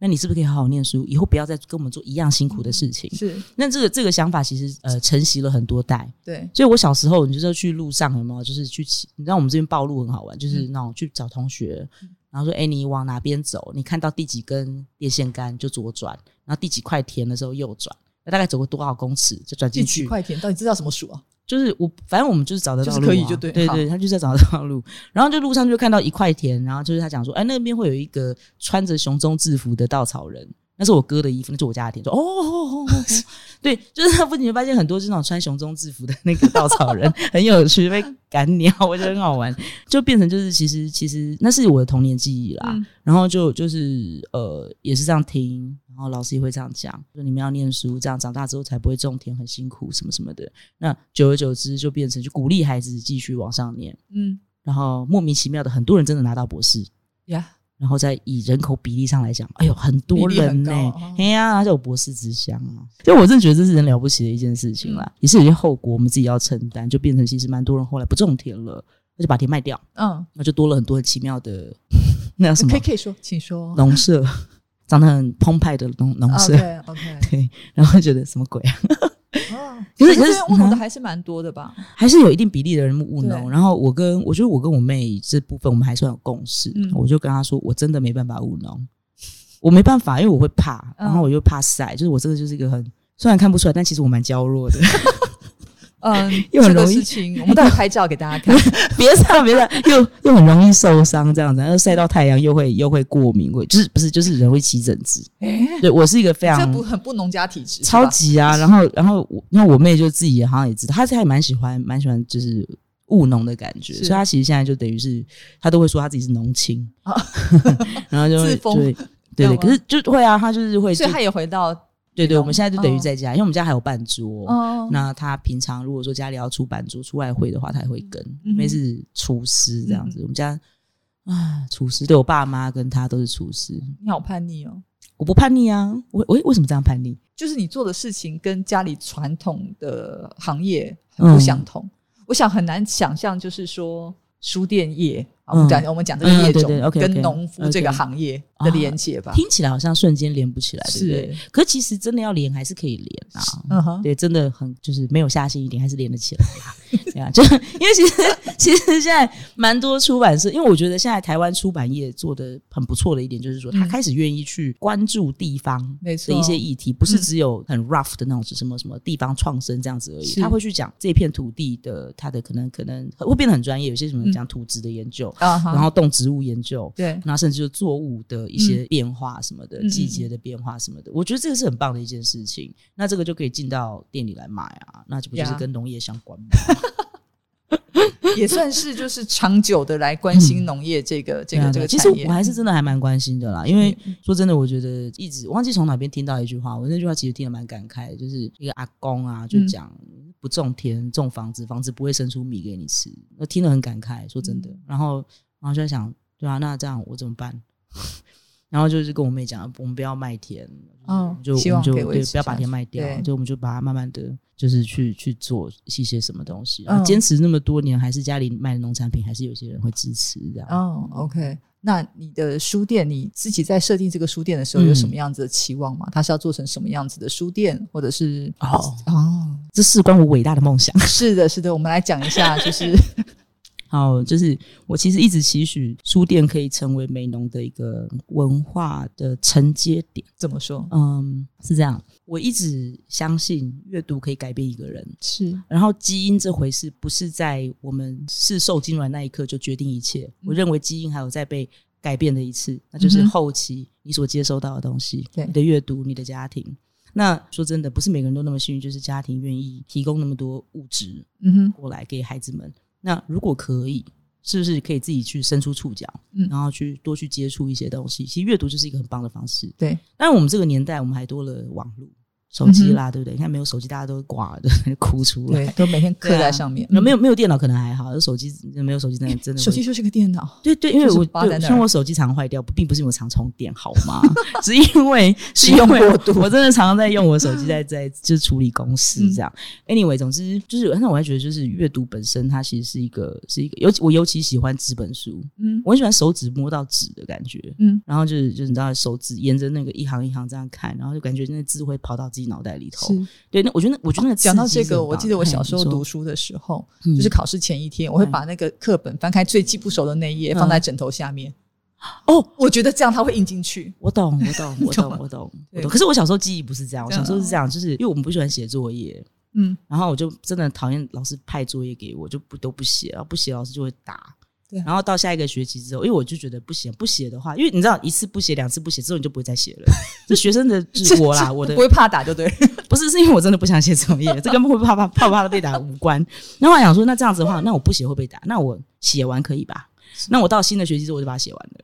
S2: 那你是不是可以好好念书？以后不要再跟我们做一样辛苦的事情。
S1: 是，
S2: 那这个这个想法其实呃承袭了很多代。
S1: 对，
S2: 所以我小时候，你就是去路上有没有？就是去骑，你知道我们这边暴露很好玩，就是那种去找同学，然后说：“哎、你往哪边走？你看到第几根电线杆就左转，然后第几块田的时候右转。”那大概走过多少公尺就转
S1: 第
S2: 进
S1: 几
S2: 去？
S1: 块田到底知道什么数啊？
S2: 就是我，反正我们就是找得到路、
S1: 就
S2: 啊，
S1: 是可以就对
S2: 对
S1: 好
S2: 他就是在找得到路。 *laughs* 然后就路上就看到一块田，然后就是他讲说，哎，那边会有一个穿着熊中制服的稻草人，那是我哥的衣服，那是我家的田。说哦哦
S1: *laughs*
S2: 哦哦，哦对，就是他不仅发现很多这种穿熊中制服的那个稻草人 *laughs* 很有趣，被赶鸟，我觉得很好玩，就变成就是其实其实那是我的童年记忆啦。
S1: 嗯
S2: 然后就就是呃，也是这样听，然后老师也会这样讲，说你们要念书，这样长大之后才不会种田，很辛苦什么什么的。那久而久之就变成就鼓励孩子继续往上念，
S1: 嗯
S2: 然后莫名其妙的很多人真的拿到博士，
S1: 呀，
S2: 然后再以人口比例上来讲，哎呦，很多人呢、
S1: 比例很高哦
S2: 哎呀，他就有博士之乡啊。就我真的觉得这是很了不起的一件事情啦，也是有些后果我们自己要承担，就变成其实蛮多人后来不种田了，那就把田卖掉，
S1: 嗯，
S2: 那就多了很多很奇妙的 *laughs* 那叫什么
S1: 可以可以说，请说。
S2: 农舍， *laughs* 长得很澎湃的农农舍，
S1: OK OK，
S2: 对， *laughs* 然后觉得什么
S1: *laughs*
S2: 鬼啊？
S1: 哦，
S2: 可是
S1: 可
S2: 可
S1: 是
S2: 是
S1: 务农的
S2: 嗯
S1: 还是蛮多的吧？
S2: 还是有一定比例的人务
S1: 对
S2: 农。然后我跟我觉得我跟我妹这部分我们还算有共识，
S1: 嗯
S2: 我就跟她说我真的没办法务农，我没办法，因为我会怕，
S1: 嗯 *laughs*
S2: 然后我又怕晒，就是我这个就是一个很虽然看不出来，但其实我蛮娇弱的。
S1: 嗯，
S2: 又很
S1: 这个
S2: 容易
S1: 事情，我们待会拍照给大家
S2: *laughs*
S1: 看。
S2: 别这样，别这样，又又很容易受伤，这样子，然后晒到太阳又会又会过敏，会就是不是就是人会起疹子。
S1: 哎，
S2: 对我是一个非
S1: 这
S2: 常
S1: 不很不农家体质，是吧
S2: 超级啊，然后然后我因为我妹就自己好像也知道，她她也蛮喜欢蛮喜欢就是务农的感觉，
S1: 是
S2: 所以她其实现在就等于是她都会说她自己是农青，
S1: 啊
S2: *laughs* 然后就会
S1: 自封
S2: 就会对
S1: 这样吗
S2: 对，可是就会啊，她就是会
S1: 所
S2: 就
S1: 以他也回到
S2: 对对，
S1: 农
S2: 我们现在就等于
S1: 哦
S2: 在家，因为我们家还有半桌，
S1: 哦，
S2: 那他平常如果说家里要出版桌、出外汇的话，他也会跟，
S1: 嗯哼嗯
S2: 因为是厨师这样子。我们家啊，厨师对我爸妈跟他都是厨师，
S1: 你好叛逆哦。
S2: 我不叛逆啊，我我为什么这样叛逆？
S1: 就是你做的事情跟家里传统的行业
S2: 嗯
S1: 很不相同。我想很难想象，就是说书店业，啊我们
S2: 嗯
S1: 讲我们讲这个业
S2: 嗯对对
S1: 种
S2: ，OK，OK，
S1: 跟农夫这个
S2: OK 啊
S1: 行业的连接吧。
S2: 听起来好像瞬间连不起来，对不
S1: 是
S2: 对？，可其实真的要连还是可以连啊。
S1: 嗯哼，
S2: 对，真的很就是没有下心一点，还是连得起来啦。 *laughs* 对啊，就因为其实其实现在蛮多出版社，因为我觉得现在台湾出版业做的很不错的一点，就是说他
S1: 嗯
S2: 开始愿意去关注地方
S1: 没
S2: 的
S1: 错，
S2: 一些议题，不是
S1: 嗯
S2: 只有很 rough 的那种，是什么什么地方创生这样子而已。
S1: 是
S2: 他会去讲这片土地的它的可能可能会变得很专业，有些什么讲土质的研究，
S1: 嗯啊哈，
S2: 然后动植物研究。
S1: 对，
S2: 然后甚至就作物的一些变化什么的，
S1: 嗯嗯
S2: 季节的变化什么的，我觉得这个是很棒的一件事情。那这个就可以进到店里来买啊，那这不就是
S1: 呀
S2: 跟农业相关吗？
S1: 也算是就是长久的来关心农业这个 *laughs* 这
S2: 嗯对
S1: 个这
S2: 啊对啊
S1: 个
S2: 其实
S1: 产业嗯
S2: 我。还是真的还蛮关心的啦，因为说真的，我觉得一直我忘记从哪边听到一句话，我那句话其实听得蛮感慨的，就是一个阿公啊，就
S1: 嗯
S2: 讲、不种田种房子，房子不会生出米给你吃，我听得很感慨，说真的。
S1: 嗯
S2: 然后然后就在想，对啊，那这样我怎么办？ *laughs* 然后就是跟我妹讲，我们不要卖田，
S1: 嗯
S2: 我们就
S1: 希
S2: 我
S1: 望
S2: 们就
S1: 可以维
S2: 对
S1: 持
S2: 不要把
S1: 下
S2: 田
S1: 去
S2: 卖掉
S1: 对，
S2: 就我们就把它慢慢的就是去去做一些什么东西。啊
S1: 嗯
S2: 坚持那么多年，还是家里卖的农产品，还是有些人会支持这样。
S1: 哦，OK。那你的书店，你自己在设定这个书店的时
S2: 嗯
S1: 候，有什么样子的期望吗？它是要做成什么样子的书店，或者是
S2: 哦，
S1: 哦， *laughs*
S2: 这事关我伟大的梦想。 *laughs*
S1: 是的，是的，我们来讲一下，就是 *laughs*
S2: 好，就是我其实一直期许书店可以成为美农的一个文化的承接点。
S1: 怎么
S2: *laughs*
S1: 说？
S2: 嗯，是这样，我一直相信阅读可以改变一个人。
S1: 是
S2: 然后基因这回事不是在我们是受精卵那一刻就决定一切。我认为基因还有在被改变的一次，那就是
S1: 嗯哼
S2: 后期你所接收到的东西，
S1: 对
S2: 你的阅读、你的家庭。那说真的，不是每个人都那么幸运，就是家庭愿意提供那么多物质
S1: 嗯哼，
S2: 过来给孩子们。那如果可以，是不是可以自己去伸出触角，
S1: 嗯
S2: 然后去多去接触一些东西？其实阅读就是一个很棒的方式。
S1: 对，
S2: 当然我们这个年代，我们还多了网络、手机
S1: 嗯
S2: 啦，对不对？你看没有手机，大家都挂了，对 *laughs* 哭出来。
S1: 对，都每天刻在上面。
S2: 啊那没
S1: 有
S2: 有没有电脑可能还好，有手机没有手机真的真的
S1: *laughs*
S2: 会
S1: 手机就是个电脑，
S2: 对对，因为
S1: 就是
S2: 我
S1: 扒在
S2: 对，
S1: 那儿
S2: 像我手机常坏掉，不并不是因为我常充电，好
S1: *laughs*
S2: 吗？只因为
S1: 使
S2: 是因
S1: 用
S2: 为
S1: 过度
S2: 我真的常常在用我手机在在就是处理公事这样。anyway，总
S1: 嗯
S2: 之就是，那我还觉得就是阅读本身，它其实是一个是一个，尤其我尤其喜欢纸本书，
S1: 嗯
S2: 我很喜欢手指摸到纸的感觉。
S1: 嗯，
S2: 然后就是，就是你知道，手指沿着那个一行一行这样看，然后就感觉那个字会跑到自己脑袋里头。
S1: 是。哦
S2: 对，那我觉得那，我觉得那个
S1: 讲到
S2: 刺激
S1: 这
S2: 是很
S1: 个，我
S2: 棒
S1: 记得
S2: 的
S1: 我
S2: 嘿
S1: 小时候
S2: 你说
S1: 读书的时候，
S2: 嗯
S1: 就是考试前一天，我会把那个课本翻开最记不熟的那一页，
S2: 嗯
S1: 放在枕头下面。
S2: 哦，
S1: 我觉得这样它会印进去。
S2: 我
S1: *laughs*
S2: 懂，我懂，我
S1: 懂
S2: 懂，
S1: 吗
S2: 我懂，
S1: 对嗯
S2: 我懂。可是我小时候记忆不是这样，我
S1: 这样
S2: 小时候是这样，就是因为我们不喜欢写作业，
S1: 嗯，
S2: 然后我就真的很讨厌老师派作业给我，就不都不写，然后不写老师就会打。
S1: 对
S2: 然后到下一个学期之后，因为我就觉得不写不写的话，因为你知道一次不写，两次不写之后你就不会再写
S1: *laughs*
S2: 了。这学生的就是我啦，我的
S1: 不会怕打就对了。
S2: 不是是因为我真的不想写作
S1: *laughs*
S2: 业，这跟会不会怕怕怕不怕被打无关。然后我想说，那这样子的话，那我不写会被打，那我写完可以吧？那我到新的学期之后我就把它写完了，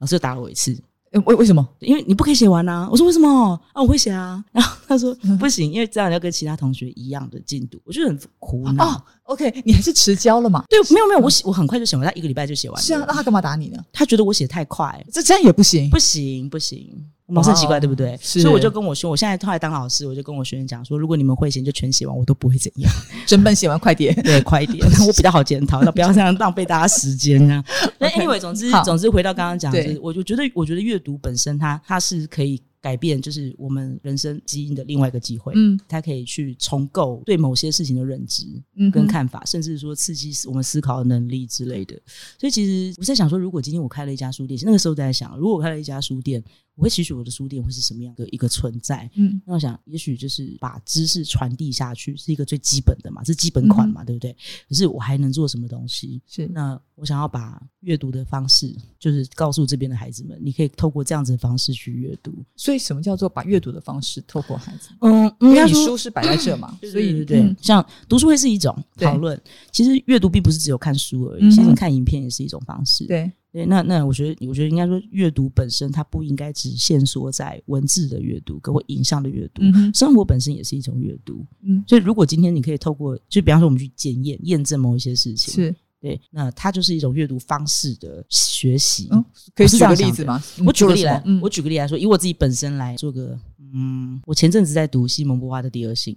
S2: 老师就打了我一次。
S1: 呃为为什么？
S2: *laughs* 因为你不可以写完啊。我说为什么啊？我会写啊。 *laughs* 然后他说
S1: 嗯
S2: 不行，因为这样要跟其他同学一样的进度，我就很苦恼。
S1: 哦，OK，你还是迟交了嘛？
S2: 对，没有没有，我写我很快就写完，他一个礼拜就写完了。
S1: 是啊，那他干嘛打你呢？
S2: 他觉得我写太快，
S1: 这这样也不行。
S2: 不行不行，我们老师很奇怪，
S1: 哇
S2: 对不对？
S1: 哦是
S2: 所以我就跟我说，我现在后来当老师，我就跟我学员讲说，如果你们会写，你就全写完，我都不会怎
S1: *laughs*
S2: 样。
S1: 整本写完快点。
S2: *laughs* 对，快一点，
S1: *laughs*
S2: 我比较好检讨，那不要这样浪费大家时间啊。那
S1: OK，
S2: anyway，总之
S1: 好
S2: 总之回到刚刚讲，就
S1: 对
S2: 是我就觉得我觉得阅读本身它它是可以改变就是我们人生基因的另外一个机会。
S1: 嗯
S2: 它可以去重构对某些事情的认知
S1: 嗯哼，
S2: 跟看法，甚至说刺激我们思考的能力之类的。所以其实我在想说，如果今天我开了一家书店，那个时候在想，如果我开了一家书店，我会期许我的书店会是什么样的一个存在？
S1: 嗯
S2: 那我想，也许就是把知识传递下去是一个最基本的嘛，是基本款嘛，对不对？可是我还能做什么东西？
S1: 是
S2: 那我想要把阅读的方式，就是告诉这边的孩子们，你可以透过这样子的方式去阅读。
S1: 所以什么叫做把阅读的方式透过孩子？
S2: 嗯，
S1: 因
S2: 应
S1: 为
S2: 该
S1: 你
S2: 说
S1: 书是摆在这嘛，所
S2: 所以
S1: 以
S2: 对对对，像读书会是一种
S1: 对
S2: 讨论，其实阅读并不是只有看书而
S1: 嗯
S2: 已，其实看影片也是一种方式。
S1: 对
S2: 对，那那我觉得，我觉得应该说，阅读本身它不应该只限缩在文字的阅读跟或影像的阅读，
S1: 嗯哼
S2: 生活本身也是一种阅读。
S1: 嗯
S2: 所以，如果今天你可以透过，就比方说我们去检验、验证某一些事情，
S1: 是
S2: 对，那它就是一种阅读方式的学习。
S1: 嗯可以
S2: 我
S1: 举
S2: 是这样
S1: 个例
S2: 想
S1: 子
S2: 的
S1: 吗？
S2: 我举个
S1: 嗯
S2: 例来，
S1: 嗯
S2: 我举个例来说，以我自己本身来做个，嗯，我前阵子在读西蒙波娃的《第二性》，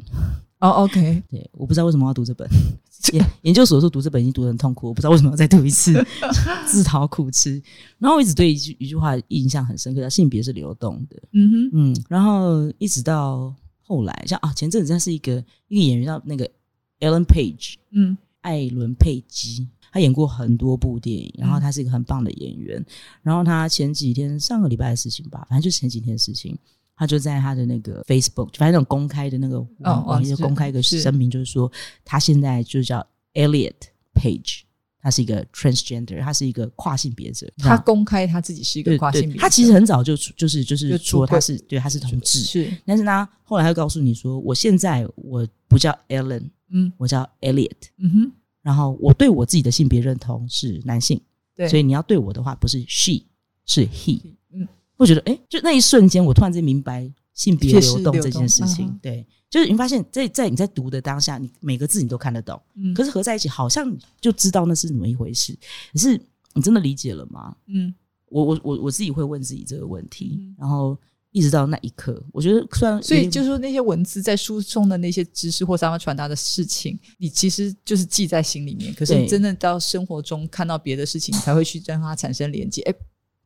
S1: 哦，OK，
S2: 对，我不知道为什么要读这本。研研究所说读这本已经读得很痛苦，我不知道为什么要再读一次， *laughs* 自讨苦吃。然后我一直对一句一句话印象很深刻，叫性别是流动的。
S1: 嗯哼，
S2: 嗯，然后一直到后来，像啊前阵子他是一个一个演员叫那个 Ellen Page，
S1: 嗯
S2: 艾伦·佩姬，他演过很多部电影，然后
S1: 嗯
S2: 他是一个很棒的演员。然后他前几天上个礼拜的事情吧，反正就前几天的事情，他就在他的那个 Facebook，反正那种公开的那个网
S1: 哦
S2: 网页
S1: 是
S2: 公开一个
S1: 是
S2: 声明，就是说他现在就叫 Elliot Page，他是一个 transgender，他是一个跨性别者。
S1: 他公开他自己是一个
S2: 对
S1: 跨
S2: 对
S1: 性别者，
S2: 他其实很早就出就是就
S1: 就是出
S2: 说他
S1: 柜
S2: 是对他是同志，
S1: 是
S2: 但是呢，后来他告诉你说，我现在我不叫 Ellen，
S1: 嗯
S2: 我叫 Elliot。
S1: 嗯哼，
S2: 然后我对我自己的性别认同是男性，
S1: 对，
S2: 所以你要对我的话不是 she 是 he，
S1: 嗯
S2: 会觉得诶，就那一瞬间我突然间明白性别流动这件事
S1: 确实流
S2: 情
S1: 动嗯哼，
S2: 对，就是你发现在在你在读的当下，你每个字你都看得懂，
S1: 嗯
S2: 可是合在一起好像就知道那是怎么一回事，可是你真的理解了吗？
S1: 嗯
S2: 我我我我自己会问自己这个问题，
S1: 嗯
S2: 然后一直到那一刻，我觉得虽然
S1: 所以
S2: 有点
S1: 就是说，那些文字在书中的那些知识或是他们传达的事情，你其实就是记在心里面。可是
S2: 对
S1: 你真的到生活中看到别的事情，你才会去让它产生连接。哎，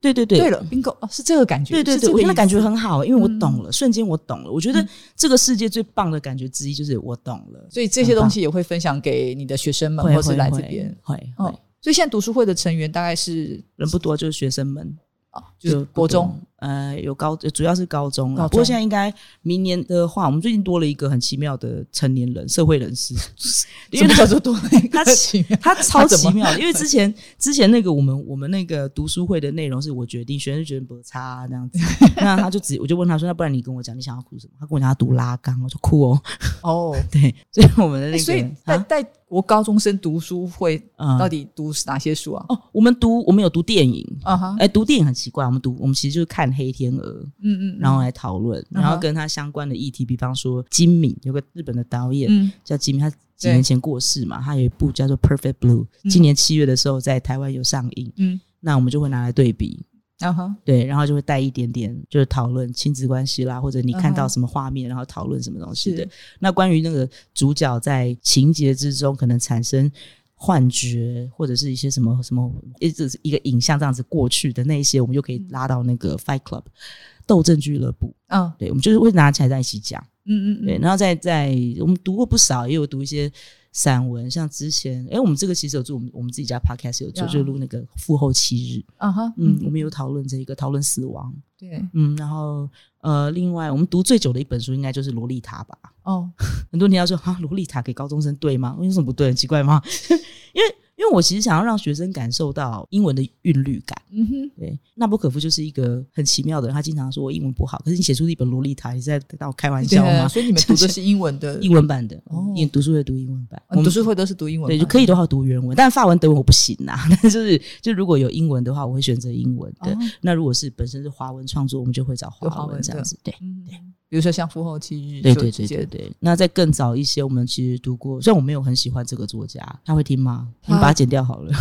S2: 对对对
S1: 对了，bingo，哦，是这个感觉，
S2: 对对
S1: 是这个
S2: 对，我觉得
S1: 意
S2: 感觉
S1: 思
S2: 很好，因为我
S1: 嗯
S2: 懂了，瞬间我懂了。我觉得这个世界最棒的感觉之一就是我懂了，
S1: 所以这些东西也会分享给你的学生们，
S2: 会
S1: 或是来这
S2: 会
S1: 边。
S2: 会会
S1: 哦，所以现在读书会的成员大概是
S2: 人不多，就是学生们，
S1: 哦，就是
S2: 不
S1: 国
S2: 多
S1: *laughs* 中，
S2: 呃，有高，主要是高中
S1: 高
S2: 啦。不过
S1: 中
S2: 现在应该明年的话，我们最近多了一个很奇妙的成年人社会
S1: *laughs*
S2: 人士，因
S1: 什么
S2: 为他
S1: 叫做多了一
S2: 他
S1: 个奇妙
S2: 他超
S1: 怎
S2: 奇
S1: 么
S2: 妙的，因为之前之前那个我们我们那个读书会的内容是我决定，学生就觉得不差、啊、这
S1: *laughs*
S2: 样子，那他就直我就问他说，那不然你跟我讲你想要哭什么？他跟我讲他读拉冈，我说哭 *laughs* 哦，
S1: 哦。
S2: 对，所以我们的那
S1: 哎
S2: 个，
S1: 所以带
S2: 啊
S1: 带国高中生读书会，
S2: 嗯
S1: 到底读哪些书啊？
S2: 哦，我们读我们有读电影，
S1: 啊哈
S2: 哎、，读电影很奇怪，我们读我们其实就是看《黑天鹅》，
S1: 嗯嗯，
S2: 然后来讨论，
S1: 嗯哼
S2: 然后跟它相关的议题，比方说金敏，有个日本的导演、
S1: 嗯
S2: 叫金敏，他几
S1: 对
S2: 年前过世嘛，他有一部叫做《Perfect Blue》，
S1: 嗯
S2: 今年七月的时候在台湾有上映，
S1: 嗯，
S2: 那我们就会拿来对比。
S1: 啊哈，
S2: 对，然后就会带一点点，就是讨论亲子关系啦，或者你
S1: 嗯
S2: 看到
S1: 哼
S2: 什么画面，然后讨论什么东西
S1: 是
S2: 的。那关于那个主角在情节之中可能产生幻觉，或者是一些什么什么，一直是一个影像这样子过去的那一些，我们就可以拉到那个 Fight Club 斗争俱乐部。
S1: 嗯
S2: 对，我们就是会拿起来在一起讲。
S1: 嗯嗯
S2: 对，
S1: 嗯，
S2: 然后再在我们读过不少，也有读一些散文，像之前，哎，我们这个其实有做，我们我们自己家 podcast 有做，
S1: 呀
S2: 就录那个父后七日，
S1: 啊哈，
S2: 嗯，我们有讨论这一个讨论死亡，
S1: 对
S2: 嗯，然后呃，另外我们读最久的一本书应该就是《洛丽塔》吧。
S1: 哦，
S2: 很多人要说啊，《洛丽塔》给高中生对吗？为什么不对？很奇怪吗？ *laughs* 因为因为我其实想要让学生感受到英文的韵律感。
S1: 嗯哼，
S2: 对，纳博可夫就是一个很奇妙的人，他经常说我英文不好，可是你写出一本《洛丽塔》，你是在当我开玩
S1: 对啊
S2: 笑吗？
S1: 所以你
S2: *laughs*
S1: 们读的是英文的，
S2: 英文版的，
S1: 哦
S2: 你读书会读英文版，
S1: 啊
S2: 我
S1: 读
S2: 们
S1: 书会都是读英文版，
S2: 对就可以的话读原文，但法文、德文我不行啊。 *laughs* 但是就是就如果有英文的话，我会选择英文的。
S1: 哦
S2: 那如果是本身是华文创作，我们就会找
S1: 有华
S2: 华
S1: 文
S2: 文这
S1: 的
S2: 样子，对。
S1: 嗯，比如说像《父后七日》，
S2: 对
S1: 就
S2: 对
S1: 直
S2: 对
S1: 接
S2: 对对，那在更早一些，我们其实读过，虽然我没有很喜欢这个作家，他会听吗？你
S1: 他
S2: 把它剪
S1: *laughs*
S2: 掉好了，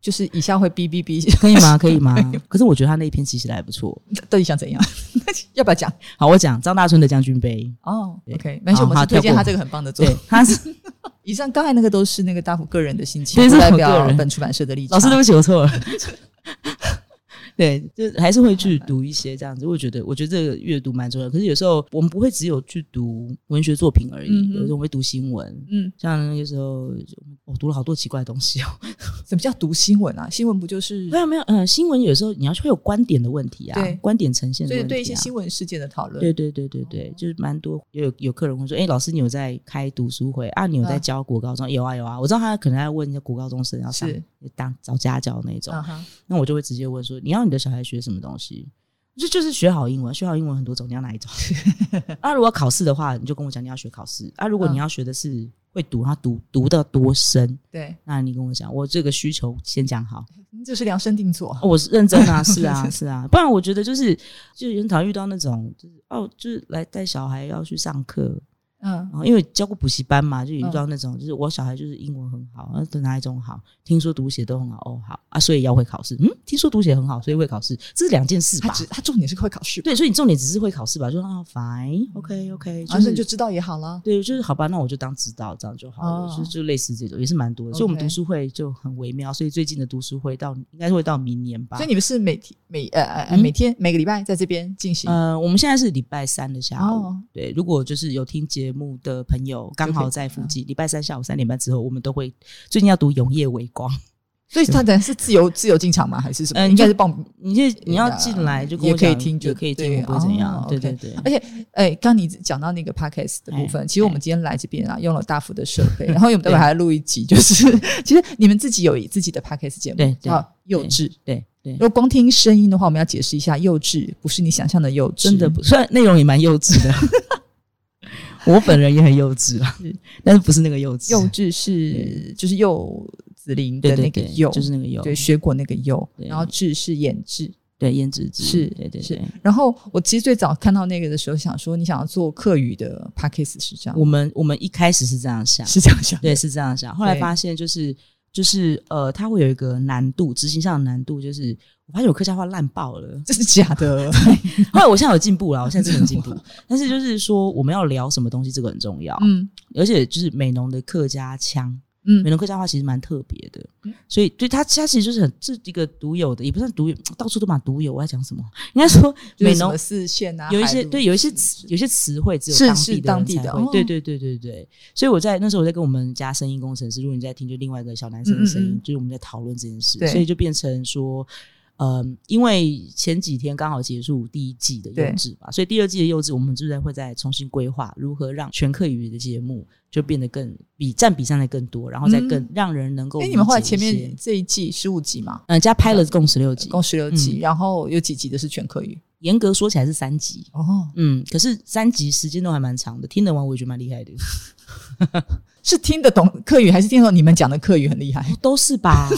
S1: 就是以下会哔哔哔， *laughs*
S2: 可以吗？可以吗？可是我觉得他那一篇其实还不错。
S1: 到底想怎样？ *laughs* 要不要讲？
S2: 好，我讲张大春的《将军杯
S1: 哦
S2: 对
S1: ，OK，没事，
S2: 好
S1: 我们是
S2: 好
S1: 推荐
S2: 跳过
S1: 他这个很棒的》，作
S2: 对
S1: 品。，*laughs*
S2: 他是
S1: 以上刚才那个都是那个大虎个人的心情，
S2: 对
S1: 不
S2: 是
S1: 代
S2: 我个
S1: 表
S2: 人
S1: 本出版社的立场。
S2: 老师，对不起，我错了。 *laughs* 对，就还是会去读一些这样子。我觉得，我觉得这个阅读蛮重要。可是有时候我们不会只有去读文学作品而已，
S1: 嗯哼
S2: 有时候我们会读新闻。
S1: 嗯，
S2: 像那个时候，我、哦读了好多奇怪的东西哦。
S1: 什么叫读新闻啊？新闻不就是
S2: 没有没有，嗯、新闻有时候你要会有观点的问题啊
S1: 对，
S2: 观点呈现的
S1: 所以
S2: 问题、啊。
S1: 对一些新闻事件的讨论？
S2: 对对对对对，就是蛮多也有有客人会说，哎、老师你有在开读书会啊？你有在
S1: 嗯
S2: 教国高中？有啊有啊，我知道他可能在问一些国高中生要上
S1: 是
S2: 当找家教那种，
S1: 嗯哼，
S2: 那我就会直接问说，你要你的小孩学什么东西？就就是学好英文，学好英文很多种，你要哪一种？ *laughs* 啊，如果考试的话，你就跟我讲你要学考试啊。如果你
S1: 嗯
S2: 要学的是会读，他读读的多深，
S1: 对，
S2: 那你跟我讲，我这个需求先讲好。
S1: 这是量身定做。
S2: 哦我是认真啊，
S1: *laughs*
S2: 是啊，是啊，不然我觉得就是就是很常遇到那种就是哦，就是来带小孩要去上课，
S1: 嗯
S2: 然后因为教过补习班嘛，就有遇到那种、就是我小孩就是英文很好，啊，哪一种好，听说读写都很好，哦好啊，所以要会考试，嗯，听说读写很好，所以会考试，这是两件事
S1: 他
S2: 吧？
S1: 只他重点是会考试，
S2: 对，所以你重点只是会考试吧？就啊，fine，OK OK，
S1: 然
S2: 啊就
S1: 后
S2: 是
S1: 你就知道也好了。
S2: 对，就是好吧，那我就当指导这样就好了，
S1: 哦
S2: 就就类似这种也是蛮多的，所以我们
S1: OK
S2: 读书会就很微妙，所以最近的读书会到应该是会到明年吧
S1: 所以。你们是每天每呃呃呃
S2: 嗯
S1: 每天每个礼拜在这边进行
S2: 呃，我们现在是礼拜三的下午。
S1: 哦
S2: 对，如果就是有听节目的朋友，刚好在附
S1: 嗯
S2: 近，礼拜三下午三点半之后，我们都会最近要读《永夜微光》， *laughs*
S1: 所以他等是自由自由进场吗？还是什么？
S2: 嗯
S1: 应该是报名。
S2: 你这你要
S1: 对啊
S2: 进来就跟
S1: 也
S2: 我
S1: 可以
S2: 讲
S1: 听就
S2: 也可以听，
S1: 对
S2: 我不会怎样
S1: 哦。
S2: 对
S1: OK
S2: 对对，
S1: 而且，哎、刚你讲到那个 podcast 的部
S2: 哎
S1: 分，其实我们今天来这边啊，用了大幅的设备，然后我们待会还要录一集，就是其实你们自己有自己的 podcast 节目，
S2: 对对
S1: 叫幼稚。
S2: 对对
S1: 如。果光听声音的话，我们要解释一下，幼稚不是你想象的幼稚，
S2: 真的不，虽然内容也蛮幼稚的， *laughs* 我本人也很幼稚啦
S1: *laughs* 是，
S2: 但是不是那个幼稚，
S1: 幼稚是就是幼子林的
S2: 对对
S1: 那个
S2: 对，
S1: 幼，
S2: 就是那个幼，
S1: 对水果那个幼，
S2: 对
S1: 然后稚是眼稚，
S2: 对胭脂痣
S1: 是
S2: 对对
S1: 是
S2: 对。
S1: 然后我其实最早看到那个的时候，想说你想要做客语的 podcast 是这样吗，
S2: 我们我们一开始是这样想，
S1: 是这样想的，
S2: 对，是这样想。后来
S1: 对。
S2: 发现就是就是呃，它会有一个难度，执行上的难度就是，我发现我客家话烂爆了
S1: *laughs* 这是假的，
S2: *laughs* 后来我现在有进步了，我现在真的有进
S1: *laughs*
S2: 步。但是就是说，我们要聊什么东西，这个很重要。
S1: 嗯
S2: 而且就是美浓的客家腔，美
S1: 嗯，
S2: 浓客家话其实蛮特别的
S1: 嗯，
S2: 所以对它它其实就是很是一个独有的，也不算独有，到处都蛮独有。我在讲什么？应该说
S1: 就是
S2: 美
S1: 什
S2: 浓
S1: 么四线啊，
S2: 有一些
S1: 海陆
S2: 对有一些
S1: 是
S2: 词有些词汇只有
S1: 是
S2: 当
S1: 是
S2: 地的
S1: 当
S2: 人
S1: 地
S2: 才
S1: 的
S2: 会
S1: 哦
S2: 对对对对对。所以我在那时候我在跟我们家声音工程师，如果你在听，就另外一个小男生的声
S1: 嗯
S2: 音，
S1: 嗯嗯
S2: 就是我们在讨论这件事，
S1: 对
S2: 所以就变成说。嗯，因为前几天刚好结束第一季的幼
S1: 对
S2: 稚吧，所以第二季的幼稚，我们就在会再重新规划如何让全课语的节目就变得更比占比上的更多，然后再更、
S1: 嗯
S2: 让人能够
S1: 哎，
S2: 理解一些。
S1: 你们后来前面这一季十五集嘛，
S2: 嗯、加拍了共十六集，
S1: 共十六
S2: 嗯
S1: 集，然后有几集的是全客语
S2: 严格说起来是三集，
S1: 哦，
S2: 嗯，可是三集时间都还蛮长的，听得完我也觉得蛮厉害的，
S1: 是听得懂客语还是听得懂你们讲的客语很厉害？ *laughs*
S2: 都是吧？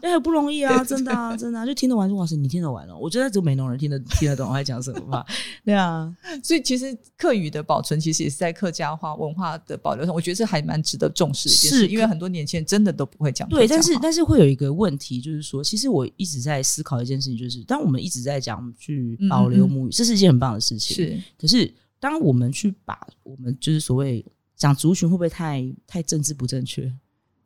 S2: 哎，不容易啊，真的啊，真的啊，就听得完，哇塞，你听得完了、我觉得只有美浓人听得听得懂我在讲什么吧？ *laughs* 对啊，
S1: 所以其实客语的保存，其实也是在客家话文化的保留上，我觉得这还蛮值得重视的一件事，
S2: 是
S1: 因为很多年轻人真的都不会讲客
S2: 对，
S1: 家
S2: 但
S1: 话。
S2: 是但是会有一个问题，就是说，其实我一直在思考一件事情，就是当我们一直在讲我们去保留母语，这是一件很棒的事
S1: 嗯
S2: 情，。
S1: 是
S2: 可是当我们去把我们就是所谓讲族群，会不会太太政治不正确？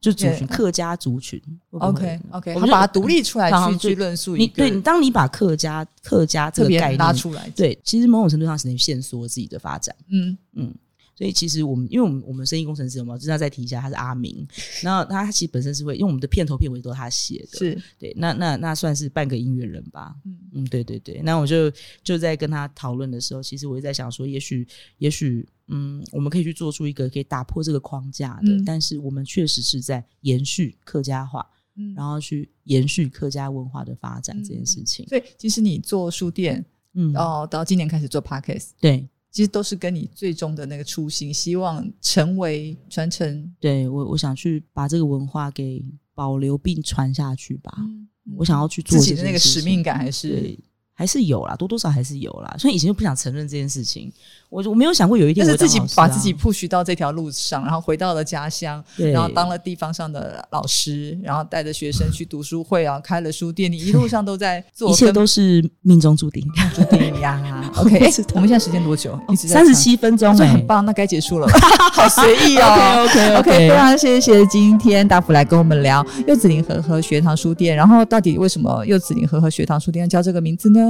S2: 就族群，
S1: 对
S2: 客家族群会不会
S1: OK OK，
S2: 我
S1: 他
S2: 就
S1: 把它独立出来
S2: 然后
S1: 去
S2: 就
S1: 去论述
S2: 你
S1: 一个
S2: 对你，当你把客家客家这
S1: 特
S2: 个
S1: 别
S2: 概念
S1: 拉，出来，
S2: 对，其实某种程度上是能限缩自己的发展。
S1: 嗯，
S2: 嗯，所以其实我们，因为我们我们生意工程师有没有？就是要再提一下，他是阿明，然后他其实本身是会，因为我们的片头片尾都是他写的，
S1: 是，
S2: 对，那那那算是半个音乐人吧。
S1: 嗯
S2: 嗯，对对对，那我就就在跟他讨论的时候，其实我也在想说，也许也许，嗯，我们可以去做出一个可以打破这个框架的，
S1: 嗯
S2: 但是我们确实是在延续客家话，
S1: 嗯，
S2: 然后去延续客家文化的发展
S1: 嗯
S2: 这件事情。
S1: 所以其实你做书店，
S2: 嗯，
S1: 哦，到今年开始做 podcast，
S2: 对
S1: 其实都是跟你最终的那个初心，希望成为传承。
S2: 对，我我想去把这个文化给保留并传下去吧。
S1: 嗯
S2: 我想要去做
S1: 自己
S2: 这
S1: 的
S2: 件
S1: 那个
S2: 事
S1: 使
S2: 情
S1: 命感还是
S2: 对还是有啦，多多少还是有啦。所以以前就不想承认这件事情，我就我没有想过有一天
S1: 就
S2: 我
S1: 是
S2: 会当
S1: 自己
S2: 老师啊
S1: 把自己 push 到这条路上，然后回到了家乡，
S2: 对
S1: 然后当了地方上的老师，然后带着学生去读书会啊，开了书店，你一路上都在做
S2: 一
S1: 跟，
S2: 切都是命中注定。
S1: 注定呀。OK，哎、
S2: 啊
S1: 我们现在时间多久？一直在
S2: *laughs* 三十七分钟、
S1: 唱，所以
S2: 欸，
S1: 很棒，那该结束了，好随意哦。
S2: OK OK
S1: OK，非常谢谢今天大福来跟我们聊柚子林和和学堂书店。然后到底为什么柚子林和和学堂书店要叫这个名字呢？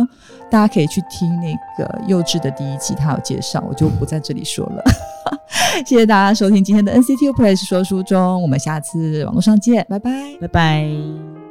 S1: 大家可以去听那个幼稚的第一集，他有介绍，我就不在这里说了。 *laughs* 谢谢大家收听今天的 NCTU Play 说书中，我们下次网络上见，拜拜。
S2: 拜拜。